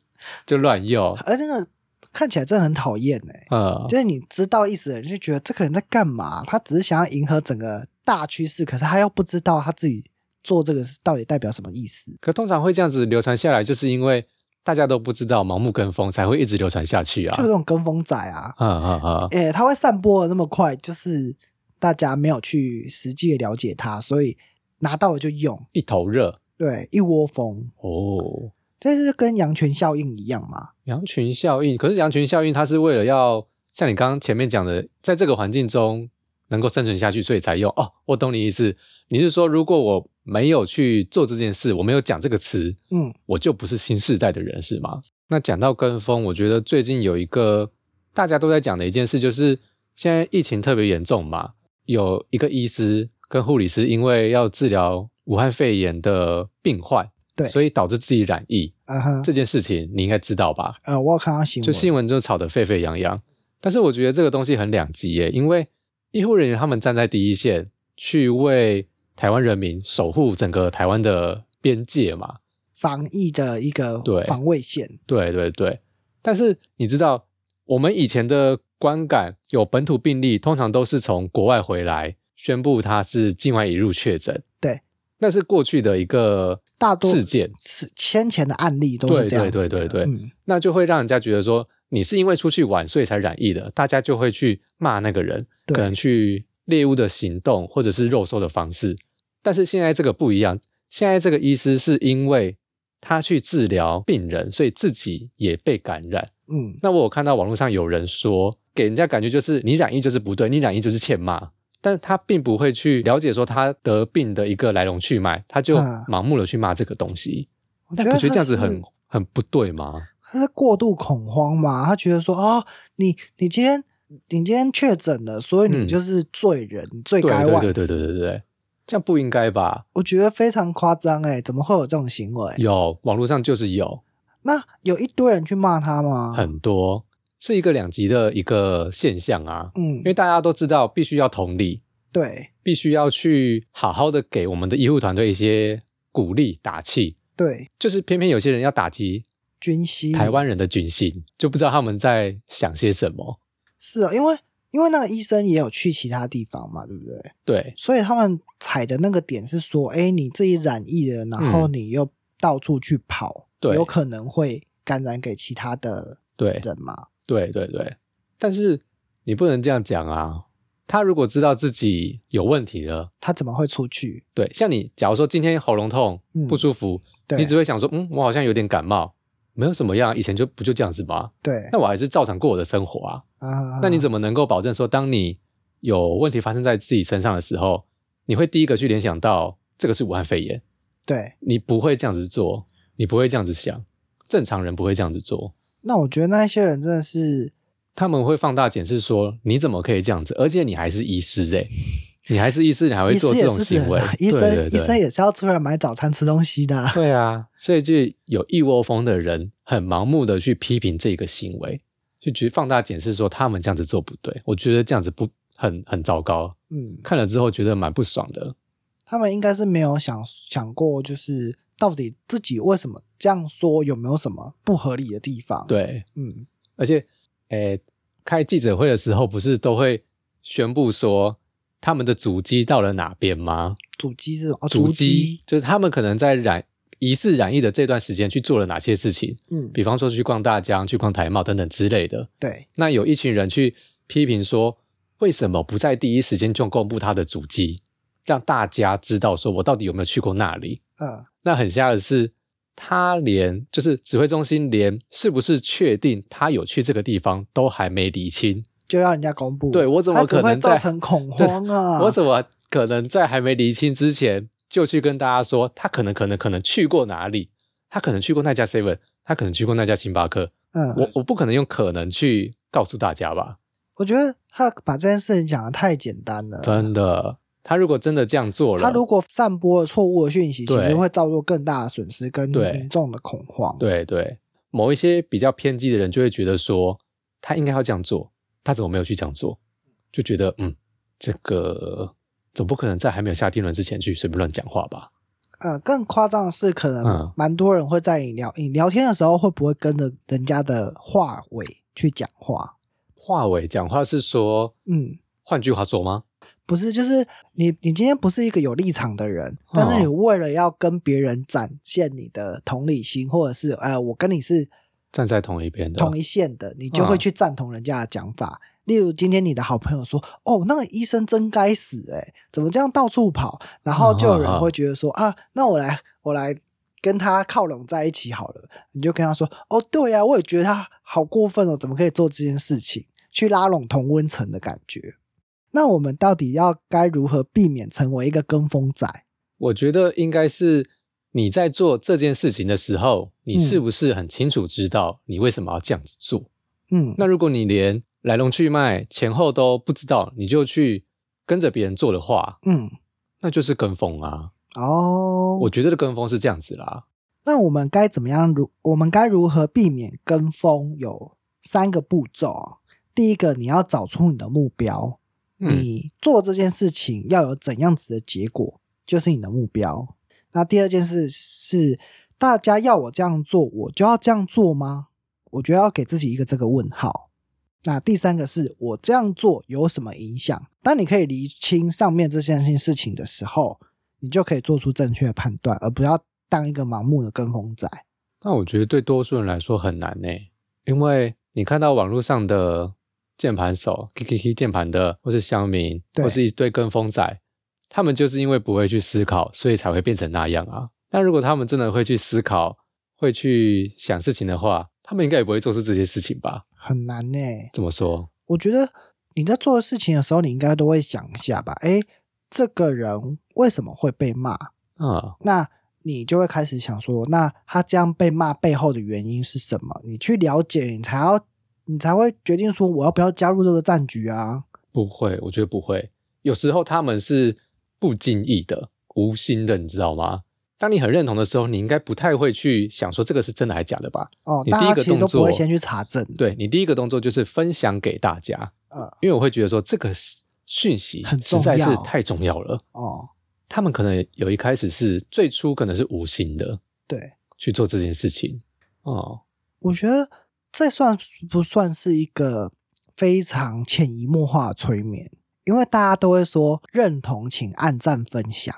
[SPEAKER 1] 就乱用，
[SPEAKER 2] 而那个看起来真的很讨厌哎。
[SPEAKER 1] 呃，
[SPEAKER 2] 就是你知道意思的人就觉得这个人在干嘛？他只是想要迎合整个大趋势，可是他又不知道他自己做这个是到底代表什么意思。
[SPEAKER 1] 可通常会这样子流传下来，就是因为大家都不知道，盲目跟风才会一直流传下去啊
[SPEAKER 2] 就。这种跟风仔啊，
[SPEAKER 1] 啊啊啊！
[SPEAKER 2] 诶、它会散播的那么快，就是大家没有去实际的了解它，所以拿到了就用，
[SPEAKER 1] 一头热
[SPEAKER 2] 对，一窝蜂，
[SPEAKER 1] 哦，
[SPEAKER 2] 这是跟羊群效应一样嘛？
[SPEAKER 1] 羊群效应。可是羊群效应，它是为了要像你刚刚前面讲的，在这个环境中能够生存下去，所以才用。哦，我懂你意思。你是说，如果我没有去做这件事，我没有讲这个词，
[SPEAKER 2] 嗯，
[SPEAKER 1] 我就不是新时代的人，是吗？那讲到跟风，我觉得最近有一个大家都在讲的一件事，就是现在疫情特别严重嘛，有一个医师跟护理师因为要治疗武汉肺炎的病患，
[SPEAKER 2] 对
[SPEAKER 1] 所以导致自己染疫
[SPEAKER 2] 嗯哼，
[SPEAKER 1] 这件事情，你应该知道吧？
[SPEAKER 2] 呃，我有看到新
[SPEAKER 1] 就
[SPEAKER 2] 闻，
[SPEAKER 1] 新闻就吵得沸沸扬扬。但是我觉得这个东西很两极耶，因为医护人员他们站在第一线，去为台湾人民守护整个台湾的边界嘛。
[SPEAKER 2] 防疫的一个
[SPEAKER 1] 对
[SPEAKER 2] 防卫线，
[SPEAKER 1] 对对对，但是你知道，我们以前的观感有本土病例，通常都是从国外回来宣布他是境外引入确诊。
[SPEAKER 2] 对，
[SPEAKER 1] 那是过去的一个
[SPEAKER 2] 大多
[SPEAKER 1] 事件，
[SPEAKER 2] 此先前的案例都是
[SPEAKER 1] 对
[SPEAKER 2] 这样
[SPEAKER 1] 对
[SPEAKER 2] 子的
[SPEAKER 1] 对对对
[SPEAKER 2] 嗯，
[SPEAKER 1] 那就会让人家觉得说你是因为出去玩所以才染疫的，大家就会去骂那个人，
[SPEAKER 2] 对
[SPEAKER 1] 可能去猎物的行动或者是肉搜的方式。但是现在这个不一样，现在这个医师是因为他去治疗病人，所以自己也被感染。
[SPEAKER 2] 嗯，
[SPEAKER 1] 那我有看到网络上有人说，给人家感觉就是你染疫就是不对，你染疫就是欠骂，但他并不会去了解说他得病的一个来龙去脉，他就
[SPEAKER 2] 嗯
[SPEAKER 1] 盲目的去骂这个东西。
[SPEAKER 2] 我
[SPEAKER 1] 那不觉得这
[SPEAKER 2] 他
[SPEAKER 1] 样子
[SPEAKER 2] 是
[SPEAKER 1] 很很不对吗？
[SPEAKER 2] 他是过度恐慌嘛？他觉得说啊、你你今天你今天确诊了，所以你
[SPEAKER 1] 嗯
[SPEAKER 2] 就是罪人，你罪
[SPEAKER 1] 对
[SPEAKER 2] 该万死。
[SPEAKER 1] 对对对对对对，这样不应该吧？
[SPEAKER 2] 我觉得非常夸张哎，怎么会有这种行为？
[SPEAKER 1] 有网络上就是有
[SPEAKER 2] 那有一堆人去骂他吗？
[SPEAKER 1] 很多，是一个两极的一个现象啊。
[SPEAKER 2] 嗯
[SPEAKER 1] 因，为大家都知道，必须要同理，
[SPEAKER 2] 对
[SPEAKER 1] 必须要去好好的给我们的医护团队一些鼓励打气。
[SPEAKER 2] 对，
[SPEAKER 1] 就是偏偏有些人要打击
[SPEAKER 2] 军西
[SPEAKER 1] 台湾人的军心，就不知道他们在想些什么。
[SPEAKER 2] 是啊、因为因为那个医生也有去其他地方嘛，对不对？
[SPEAKER 1] 对
[SPEAKER 2] 所以他们踩的那个点是说，哎，你自己染疫了，然后你又到处去跑，
[SPEAKER 1] 嗯对
[SPEAKER 2] 有可能会感染给其他的
[SPEAKER 1] 对
[SPEAKER 2] 人嘛？
[SPEAKER 1] 对对对，但是你不能这样讲啊！他如果知道自己有问题了，
[SPEAKER 2] 他怎么会出去？
[SPEAKER 1] 对，像你，假如说今天喉咙痛
[SPEAKER 2] 嗯
[SPEAKER 1] 不舒服，
[SPEAKER 2] 对
[SPEAKER 1] 你只会想说，嗯，我好像有点感冒，没有什么样，以前就不就这样子吗？
[SPEAKER 2] 对
[SPEAKER 1] 那我还是照常过我的生活啊。
[SPEAKER 2] 啊，
[SPEAKER 1] 那你怎么能够保证说，当你有问题发生在自己身上的时候，你会第一个去联想到这个是武汉肺炎？
[SPEAKER 2] 对？
[SPEAKER 1] 你不会这样子做，你不会这样子想，正常人不会这样子做，
[SPEAKER 2] 那我觉得那些人真的是
[SPEAKER 1] 他们会放大检视说你怎么可以这样子，而且你还是医师诶、你还是医师，你还会
[SPEAKER 2] 医
[SPEAKER 1] 做
[SPEAKER 2] 生
[SPEAKER 1] 这种
[SPEAKER 2] 也是
[SPEAKER 1] 行
[SPEAKER 2] 人
[SPEAKER 1] 为
[SPEAKER 2] 啊，，医
[SPEAKER 1] 对
[SPEAKER 2] 生
[SPEAKER 1] 对对
[SPEAKER 2] 医生也是要出来买早餐吃东西的啊。
[SPEAKER 1] 对啊，所以就有一窝蜂的人很盲目的去批评这个行为，就去放大检视说他们这样子做不对，我觉得这样子不很很糟糕，
[SPEAKER 2] 嗯，
[SPEAKER 1] 看了之后觉得蛮不爽的，
[SPEAKER 2] 他们应该是没有想想过，就是到底自己为什么这样说，有没有什么不合理的地方？，
[SPEAKER 1] 对，
[SPEAKER 2] 嗯，
[SPEAKER 1] 而且，诶，开记者会的时候不是都会宣布说他们的主机到了哪边吗？
[SPEAKER 2] 主机是哦，
[SPEAKER 1] 足
[SPEAKER 2] 足迹，
[SPEAKER 1] 就是他们可能在染疑似染疫的这段时间去做了哪些事情，
[SPEAKER 2] 嗯，
[SPEAKER 1] 比方说去逛大江、去逛台贸等等之类的。
[SPEAKER 2] 对，
[SPEAKER 1] 那有一群人去批评说，为什么不在第一时间就公布他的主机，让大家知道说我到底有没有去过那里？
[SPEAKER 2] 嗯，
[SPEAKER 1] 那很瞎的是，他连就是指挥中心连是不是确定他有去这个地方都还没理清，
[SPEAKER 2] 就要人家公布。
[SPEAKER 1] 对我怎么
[SPEAKER 2] 他只
[SPEAKER 1] 可能
[SPEAKER 2] 会造
[SPEAKER 1] 在
[SPEAKER 2] 成 恐慌啊？
[SPEAKER 1] 我怎么可能在还没理清之前就去跟大家说他可能可能可能去过哪里？他可能去过那家 Seven，他可能去过那家星巴克，
[SPEAKER 2] 嗯，
[SPEAKER 1] 我我不可能用可能去告诉大家吧？
[SPEAKER 2] 我觉得他把这件事情讲的太简单了。
[SPEAKER 1] 真的，他如果真的这样做了，
[SPEAKER 2] 啊他如果散播了错误的讯息，其
[SPEAKER 1] 对
[SPEAKER 2] 实会造作更大的损失跟
[SPEAKER 1] 对
[SPEAKER 2] 民众的恐慌。，
[SPEAKER 1] 对对，某一些比较偏激的人就会觉得说，他应该要这样做，他怎么没有去这样做？就觉得嗯，这个总不可能在还没有下定论之前去随便乱讲话吧？
[SPEAKER 2] 呃，更夸张的是，可
[SPEAKER 1] 嗯
[SPEAKER 2] 能蛮多人会在你聊你聊天的时候，会不会跟着人家的话尾去讲话？
[SPEAKER 1] 话尾讲话是说，
[SPEAKER 2] 嗯，
[SPEAKER 1] 换句话说吗？
[SPEAKER 2] 不是，就是你你今天不是一个有立场的人，但是你为了要跟别人展现你的同理心，或者是呃，我跟你是
[SPEAKER 1] 站在同一边的，
[SPEAKER 2] 同一线的，你就会去赞同人家的讲法。例如，今天你的好朋友说：“哦，那个医生真该死、欸，怎么这样到处跑？”然后就有人会觉得说：“啊，那我来，我来跟他靠拢在一起好了。”你就跟他说：“哦，对呀、我也觉得他好过分哦，怎么可以做这件事情？去拉拢同温层的感觉。”那我们到底要该如何避免成为一个跟风仔？
[SPEAKER 1] 我觉得应该是你在做这件事情的时候，你是不是很清楚知道你为什么要这样子做？
[SPEAKER 2] 嗯，
[SPEAKER 1] 那如果你连来龙去脉前后都不知道，你就去跟着别人做的话，
[SPEAKER 2] 嗯，
[SPEAKER 1] 那就是跟风啊。
[SPEAKER 2] 哦，
[SPEAKER 1] 我觉得的跟风是这样子啦，
[SPEAKER 2] 那我们该怎么样如我们该如何避免跟风？有三个步骤哦。第一个，你要找出你的目标，
[SPEAKER 1] 嗯
[SPEAKER 2] 你做这件事情要有怎样子的结果，就是你的目标。那第二件事是，大家要我这样做，我就要这样做吗？我觉得要给自己一个这个问号。那第三个是我这样做有什么影响？当你可以厘清上面这件事情的时候，你就可以做出正确的判断，而不要当一个盲目的跟风仔。
[SPEAKER 1] 那我觉得对多数人来说很难呢、因为你看到网络上的键盘手、K K K 键盘的，或是乡民，
[SPEAKER 2] 对
[SPEAKER 1] 或是一堆跟风仔，他们就是因为不会去思考，所以才会变成那样啊。但如果他们真的会去思考，会去想事情的话，他们应该也不会做出这些事情吧？
[SPEAKER 2] 很难呢、
[SPEAKER 1] 怎么说？
[SPEAKER 2] 我觉得你在做事情的时候，你应该都会想一下吧，诶，这个人为什么会被骂？
[SPEAKER 1] 啊，
[SPEAKER 2] 那你就会开始想说，那他这样被骂背后的原因是什么？你去了解，你才要，你才会决定说我要不要加入这个战局啊。
[SPEAKER 1] 不会，我觉得不会。有时候他们是不经意的、无心的，你知道吗？当你很认同的时候，你应该不太会去想说这个是真的还是假的吧？
[SPEAKER 2] 哦，
[SPEAKER 1] 你
[SPEAKER 2] 大
[SPEAKER 1] 第一
[SPEAKER 2] 家
[SPEAKER 1] 个
[SPEAKER 2] 其实
[SPEAKER 1] 动
[SPEAKER 2] 都不
[SPEAKER 1] 作
[SPEAKER 2] 会先去查证。，
[SPEAKER 1] 对你第一个动作就是分享给大家，
[SPEAKER 2] 呃，
[SPEAKER 1] 因为我会觉得说这个是讯息
[SPEAKER 2] 很
[SPEAKER 1] 实
[SPEAKER 2] 重
[SPEAKER 1] 在是
[SPEAKER 2] 要
[SPEAKER 1] 太重要了。
[SPEAKER 2] 哦，
[SPEAKER 1] 他们可能有一开始是最初可能是无心的
[SPEAKER 2] 对，
[SPEAKER 1] 去做这件事情，哦，
[SPEAKER 2] 我觉得这算不算是一个非常潜移默化的催眠？因为大家都会说认同，请按赞分享。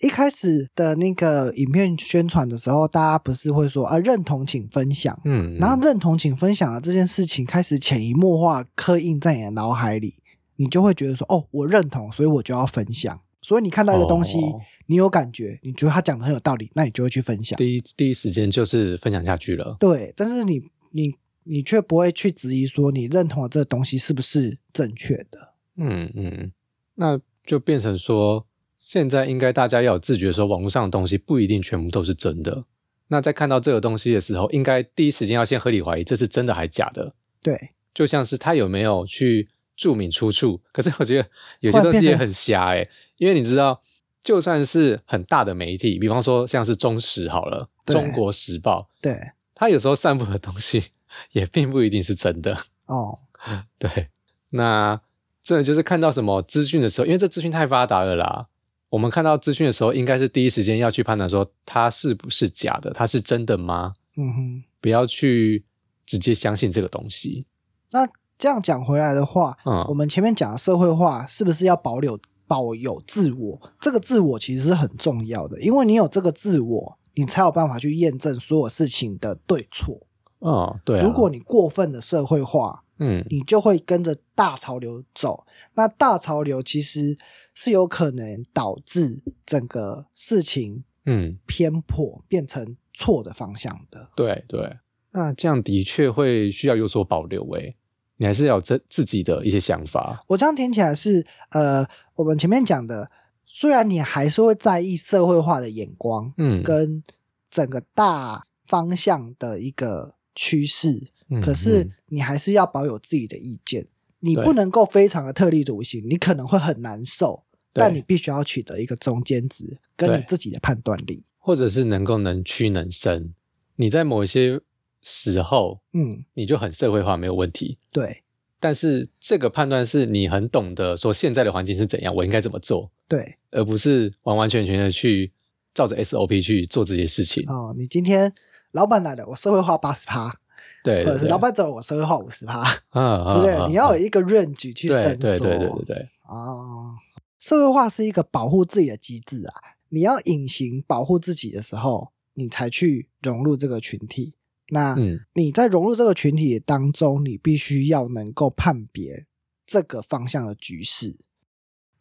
[SPEAKER 2] 一开始的那个影片宣传的时候，大家不是会说啊认同请分享，
[SPEAKER 1] 嗯，
[SPEAKER 2] 然后认同请分享的这件事情开始潜移默化刻印在你的脑海里，你就会觉得说哦我认同，所以我就要分享。所以你看到一个东西，
[SPEAKER 1] 哦
[SPEAKER 2] 你有感觉，你觉得他讲的很有道理，那你就会去分享。
[SPEAKER 1] 第一第一时间就是分享下去了，
[SPEAKER 2] 对，但是你你你却不会去质疑说你认同的这个东西是不是正确的。
[SPEAKER 1] 嗯嗯，那就变成说，现在应该大家要有自觉，说网络上的东西不一定全部都是真的。那在看到这个东西的时候，应该第一时间要先合理怀疑这是真的还假的，
[SPEAKER 2] 对，
[SPEAKER 1] 就像是他有没有去注明出处。可是我觉得有些东西也很瞎哎、因为你知道，就算是很大的媒体，比方说像是中时好了，《
[SPEAKER 2] 对
[SPEAKER 1] 中国时报》，
[SPEAKER 2] 对，
[SPEAKER 1] 它有时候散布的东西 也并不一定是真的。
[SPEAKER 2] 哦，
[SPEAKER 1] 对，那真的就是看到什么资讯的时候，因为这资讯太发达了啦。我们看到资讯的时候，应该是第一时间要去判断说它是不是假的，它是真的吗？
[SPEAKER 2] 嗯哼。
[SPEAKER 1] 不要去直接相信这个东西。
[SPEAKER 2] 那这样讲回来的话，
[SPEAKER 1] 嗯，
[SPEAKER 2] 我们前面讲的社会化是不是要保留保有自我？这个自我其实是很重要的，因为你有这个自我，你才有办法去验证所有事情的对错。
[SPEAKER 1] 哦，对啊。
[SPEAKER 2] 如果你过分的社会化，
[SPEAKER 1] 嗯
[SPEAKER 2] 你就会跟着大潮流走。那大潮流其实是有可能导致整个事情
[SPEAKER 1] 嗯，
[SPEAKER 2] 偏颇，变成错的方向的。
[SPEAKER 1] 对对，那这样的确会需要有所保留诶，你还是要有自自己的一些想法。
[SPEAKER 2] 我这样听起来是，呃，我们前面讲的，虽然你还是会在意社会化的眼光
[SPEAKER 1] 嗯，
[SPEAKER 2] 跟整个大方向的一个趋势，
[SPEAKER 1] 嗯
[SPEAKER 2] 可是
[SPEAKER 1] 嗯
[SPEAKER 2] 你还是要保有自己的意见。你
[SPEAKER 1] 对
[SPEAKER 2] 不能够非常的特立独行，你可能会很难受，但
[SPEAKER 1] 对
[SPEAKER 2] 你必须要取得一个中间值，跟
[SPEAKER 1] 对
[SPEAKER 2] 你自己的判断力。
[SPEAKER 1] 或者是能够能屈能伸，你在某一些时候
[SPEAKER 2] 嗯，
[SPEAKER 1] 你就很社会化没有问题，
[SPEAKER 2] 对
[SPEAKER 1] 但是这个判断是你很懂得说现在的环境是怎样，我应该怎么做，
[SPEAKER 2] 对
[SPEAKER 1] 而不是完完全全的去照着 SOP 去做这些事情。
[SPEAKER 2] 哦，你今天老板来了，我社会化八十趴，
[SPEAKER 1] 对
[SPEAKER 2] 或
[SPEAKER 1] 对，
[SPEAKER 2] 者是
[SPEAKER 1] 对
[SPEAKER 2] 老板走了，我社会化五十趴
[SPEAKER 1] 嗯
[SPEAKER 2] 之类的。
[SPEAKER 1] 嗯
[SPEAKER 2] 你要
[SPEAKER 1] 嗯
[SPEAKER 2] 有一个 range 去
[SPEAKER 1] 对
[SPEAKER 2] 伸
[SPEAKER 1] 对对对对
[SPEAKER 2] 缩
[SPEAKER 1] 对，
[SPEAKER 2] 哦。社会化是一个保护自己的机制啊，你要隐形保护自己的时候，你才去融入这个群体。那
[SPEAKER 1] 嗯
[SPEAKER 2] 你在融入这个群体当中，你必须要能够判别这个方向的局势。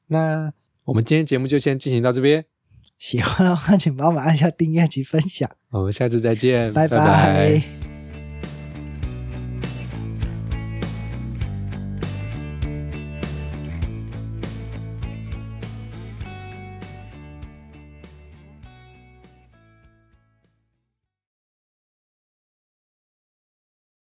[SPEAKER 1] 那我们今天节目就先进行到这边，
[SPEAKER 2] 喜欢的话，请帮我们按下订阅及分享，
[SPEAKER 1] 我们下次再见，
[SPEAKER 2] 拜
[SPEAKER 1] 拜
[SPEAKER 2] 拜